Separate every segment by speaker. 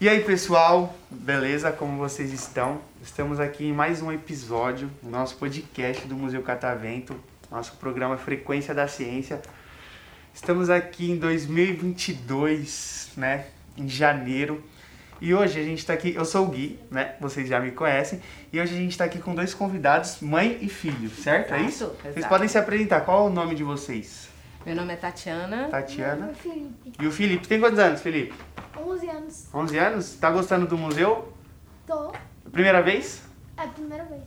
Speaker 1: E aí pessoal, beleza? Como vocês estão? Estamos aqui em mais um episódio do nosso podcast do Museu Catavento, nosso programa Frequência da Ciência. Estamos aqui em 2022, né? Em janeiro. E hoje a gente está aqui, eu sou o Gui, né? Vocês já me conhecem. E hoje a gente está aqui com dois convidados, mãe e filho, certo? é isso?
Speaker 2: Exato,
Speaker 1: Vocês
Speaker 2: exato.
Speaker 1: podem se apresentar. Qual é o nome de vocês?
Speaker 2: Meu nome é Tatiana.
Speaker 1: Tatiana.
Speaker 3: Felipe,
Speaker 1: E o Felipe. Tem quantos anos, Felipe?
Speaker 3: 11 anos.
Speaker 1: 11 anos? Tá gostando do museu?
Speaker 3: Tô.
Speaker 1: Primeira vez?
Speaker 3: É a primeira vez.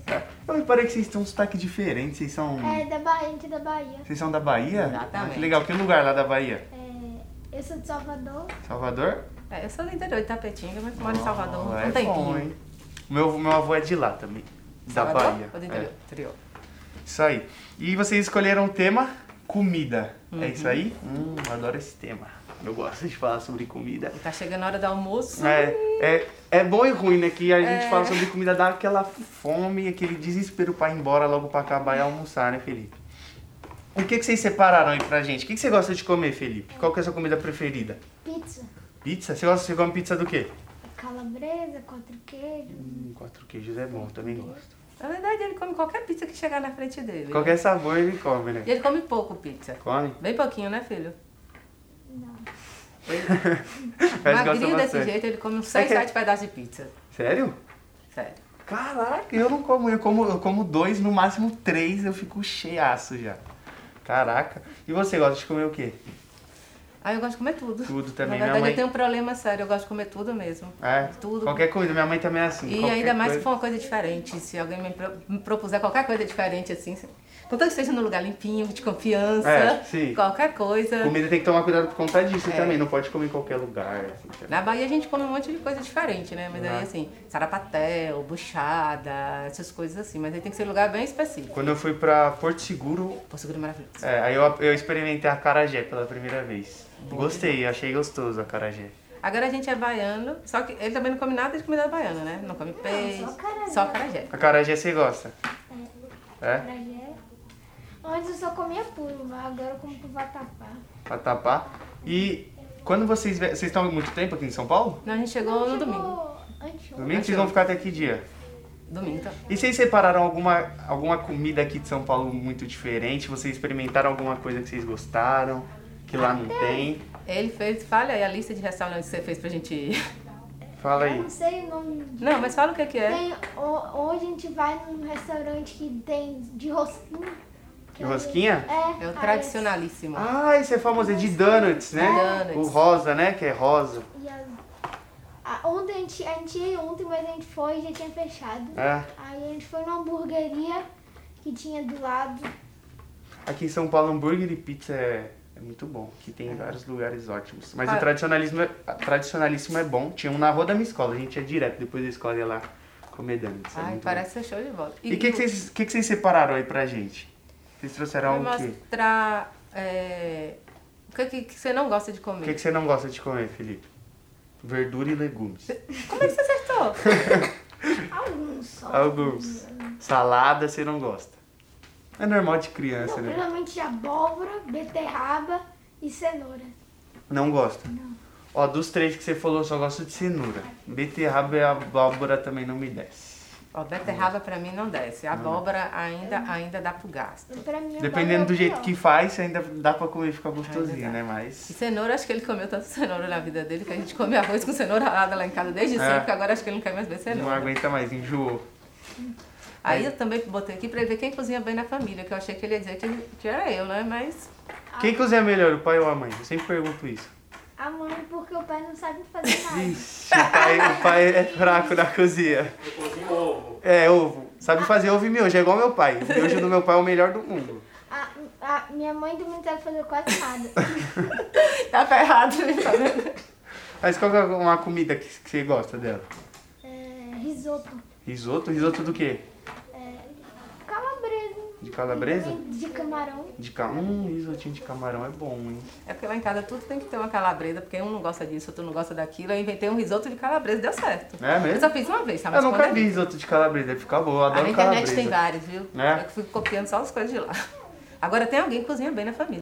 Speaker 1: Eu reparei que vocês têm um sotaque diferente, vocês são.
Speaker 3: É da Bahia, a gente é da Bahia.
Speaker 1: Vocês são da Bahia?
Speaker 2: Exatamente.
Speaker 1: Ah, que legal, que lugar lá da Bahia?
Speaker 3: É, eu sou de Salvador.
Speaker 1: Salvador?
Speaker 2: É, eu sou do interior de Tapetinga, mas moro em Salvador
Speaker 1: Ah,
Speaker 2: há
Speaker 1: é
Speaker 2: um tempinho.
Speaker 1: bom, hein? Meu, meu avô é de lá também.
Speaker 2: Salvador
Speaker 1: Da Bahia.
Speaker 2: Ou do
Speaker 1: É,
Speaker 2: interior? Interior.
Speaker 1: isso aí. E vocês escolheram o tema comida. É
Speaker 2: Uhum.
Speaker 1: isso aí? Hum, eu adoro esse tema. Eu gosto de falar sobre comida.
Speaker 2: Tá chegando a hora do almoço.
Speaker 1: É, é, é bom e ruim, né? Que a
Speaker 2: É.
Speaker 1: gente fala sobre comida, dá aquela fome, aquele desespero pra ir embora logo pra acabar e almoçar, né, Felipe? O que, que vocês separaram aí pra gente? O que, que você gosta de comer, Felipe? Qual que é a sua comida preferida?
Speaker 3: Pizza.
Speaker 1: Pizza? Você gosta? Você come pizza do quê?
Speaker 3: Calabresa, quatro queijos.
Speaker 1: Hum, quatro queijos é bom, também gosto.
Speaker 2: Na verdade, ele come qualquer pizza que chegar na frente dele.
Speaker 1: Qualquer sabor é ele come, né?
Speaker 2: E ele come pouco pizza.
Speaker 1: Come?
Speaker 2: Bem pouquinho, né, filho?
Speaker 3: Não.
Speaker 2: Ele,
Speaker 1: Mas gosta
Speaker 2: magrinho desse
Speaker 1: bastante.
Speaker 2: jeito, ele come uns 6,
Speaker 1: É que-
Speaker 2: 7 pedaços de pizza.
Speaker 1: Sério?
Speaker 2: Sério.
Speaker 1: Caraca, eu não como, eu como, eu como dois, no máximo três, eu fico cheiaço já. Caraca. E você gosta de comer o quê?
Speaker 2: Ah, eu gosto de comer tudo.
Speaker 1: Tudo também, minha
Speaker 2: Na verdade,
Speaker 1: mãe-
Speaker 2: eu tenho um problema sério, eu gosto de comer tudo mesmo.
Speaker 1: É,
Speaker 2: Tudo.
Speaker 1: Qualquer coisa, minha mãe também é assim.
Speaker 2: E
Speaker 1: qualquer
Speaker 2: ainda mais se
Speaker 1: coisa.
Speaker 2: for uma coisa diferente, se alguém me, pro- me propuser qualquer coisa diferente, assim, se- contanto que seja num lugar limpinho, de confiança,
Speaker 1: É, sim.
Speaker 2: qualquer coisa.
Speaker 1: Comida tem que tomar cuidado por conta disso
Speaker 2: É.
Speaker 1: também, não pode comer em qualquer lugar. assim, tá?
Speaker 2: Na Bahia a gente come um monte de coisa diferente, né? Mas
Speaker 1: Ah.
Speaker 2: aí assim, sarapatel, buchada, essas coisas assim, mas aí tem que ser um lugar bem específico.
Speaker 1: Quando eu fui pra Porto Seguro,
Speaker 2: Pô, seguro maravilhoso.
Speaker 1: é, aí eu, eu experimentei a carajé pela primeira vez. Gostei, achei gostoso a carajé.
Speaker 2: Agora a gente é baiano, só que ele também não come nada de comida baiana, né? Não come peixe,
Speaker 3: só acarajé.
Speaker 2: só acarajé.
Speaker 1: A carajé você gosta? É?
Speaker 3: Acarajé. Antes eu só comia puro, mas agora eu como com vatapá.
Speaker 1: Pra tapar. E quando vocês... ve- Vocês estão há muito tempo aqui em São Paulo?
Speaker 2: Não, a gente chegou no
Speaker 3: Chegou
Speaker 2: domingo.
Speaker 3: anteontem.
Speaker 1: Domingo? Vocês vão ficar até que dia?
Speaker 2: Domingo, então.
Speaker 1: E vocês separaram alguma, alguma comida aqui de São Paulo muito diferente? Vocês experimentaram alguma coisa que vocês gostaram? Que lá não tem?
Speaker 2: Ele fez, fala aí a lista de restaurantes que você fez pra gente ir.
Speaker 1: Fala
Speaker 3: Eu
Speaker 1: aí.
Speaker 3: não sei o nome. de-
Speaker 2: Não, mas fala o que que é.
Speaker 3: Tem, ho- hoje a gente vai num restaurante que tem de rosquinha.
Speaker 1: De rosquinha?
Speaker 3: É.
Speaker 2: É o
Speaker 3: aí
Speaker 2: tradicionalíssimo.
Speaker 1: Ah, esse é famoso, é de donuts, né?
Speaker 2: Donuts.
Speaker 1: O rosa, né? Que é rosa.
Speaker 3: E as... a, ontem a gente, a gente ia ontem, mas a gente foi e já tinha fechado.
Speaker 1: É.
Speaker 3: Aí a gente foi numa hamburgueria que tinha do lado.
Speaker 1: Aqui em São Paulo, hambúrguer e pizza é, é muito bom. Que tem vários lugares ótimos. Mas
Speaker 2: Ah.
Speaker 1: o tradicionalismo é, a- tradicionalíssimo é bom. Tinha um na rua da minha escola. A gente ia direto depois da escola ia lá comer donuts. é
Speaker 2: Ai,
Speaker 1: muito
Speaker 2: parece ser show de bola.
Speaker 1: bom. E o que, que, vocês, que, que vocês separaram aí pra gente? Vocês trouxeram
Speaker 2: vai
Speaker 1: o quê?
Speaker 2: mostrar é, o que, que, que você não gosta de
Speaker 1: O que,
Speaker 2: comer.
Speaker 1: que você não gosta de comer, Felipe? Verdura e legumes.
Speaker 2: Como é que você acertou?
Speaker 3: Alguns só.
Speaker 1: Alguns. Salada você não gosta. É normal de criança,
Speaker 3: Não,
Speaker 1: né?
Speaker 3: principalmente de abóbora, beterraba e cenoura.
Speaker 1: Não gosta? Ó, dos três que você falou, eu só gosto de cenoura. Beterraba e abóbora também não me desce.
Speaker 2: Ó, beterraba pra mim não desce. Abóbora ainda, ainda dá pro gasto.
Speaker 3: Pra mim, abóbora é
Speaker 1: Dependendo
Speaker 3: o
Speaker 1: do jeito
Speaker 3: pior.
Speaker 1: que faz, ainda dá pra comer e fica gostosinho,
Speaker 2: Ainda dá.
Speaker 1: né?
Speaker 2: E
Speaker 1: Mas.
Speaker 2: cenoura, acho que ele comeu tanto cenoura na vida dele que a gente come arroz com cenoura ralada lá em casa desde
Speaker 1: É.
Speaker 2: sempre, que agora acho que ele não quer mais ver
Speaker 1: Não é.
Speaker 2: cenoura.
Speaker 1: aguenta mais, enjoou.
Speaker 2: Aí eu também botei aqui pra ele ver quem cozinha bem na família, que eu achei que ele ia dizer que, que era eu, né? Mas
Speaker 1: Quem cozinha melhor, o pai ou a mãe? Eu sempre pergunto isso.
Speaker 3: A mãe, porque o pai não sabe fazer nada.
Speaker 1: Ixi, o pai, o pai é fraco na cozinha. É, ovo. Sabe fazer ovo e miojo, é igual meu pai. O miojo do meu pai é o melhor do mundo.
Speaker 3: A, a- minha mãe também não sabe fazer quase nada.
Speaker 2: tá ferrado. ele tá vendo?
Speaker 1: Mas qual que é uma comida que, que você gosta dela?
Speaker 3: É, risoto. é,
Speaker 1: Risoto? Risoto do quê?
Speaker 3: Calabresa.
Speaker 1: De calabresa?
Speaker 3: De camarão.
Speaker 1: De ca... Hum, risotinho de camarão é bom, hein?
Speaker 2: É porque lá em casa tudo tem que ter uma calabresa, porque um não gosta disso, outro não gosta daquilo. Aí eu inventei um risoto de calabresa, deu certo.
Speaker 1: É mesmo?
Speaker 2: Eu só fiz uma vez, tá?
Speaker 1: Eu
Speaker 2: Mas
Speaker 1: nunca
Speaker 2: quando
Speaker 1: vi risoto de calabresa, deve ficar bom, eu
Speaker 2: A
Speaker 1: adoro
Speaker 2: internet
Speaker 1: calabresa.
Speaker 2: tem vários, viu?
Speaker 1: Né?
Speaker 2: Eu fico copiando só as coisas de lá. Agora tem alguém que cozinha bem na família.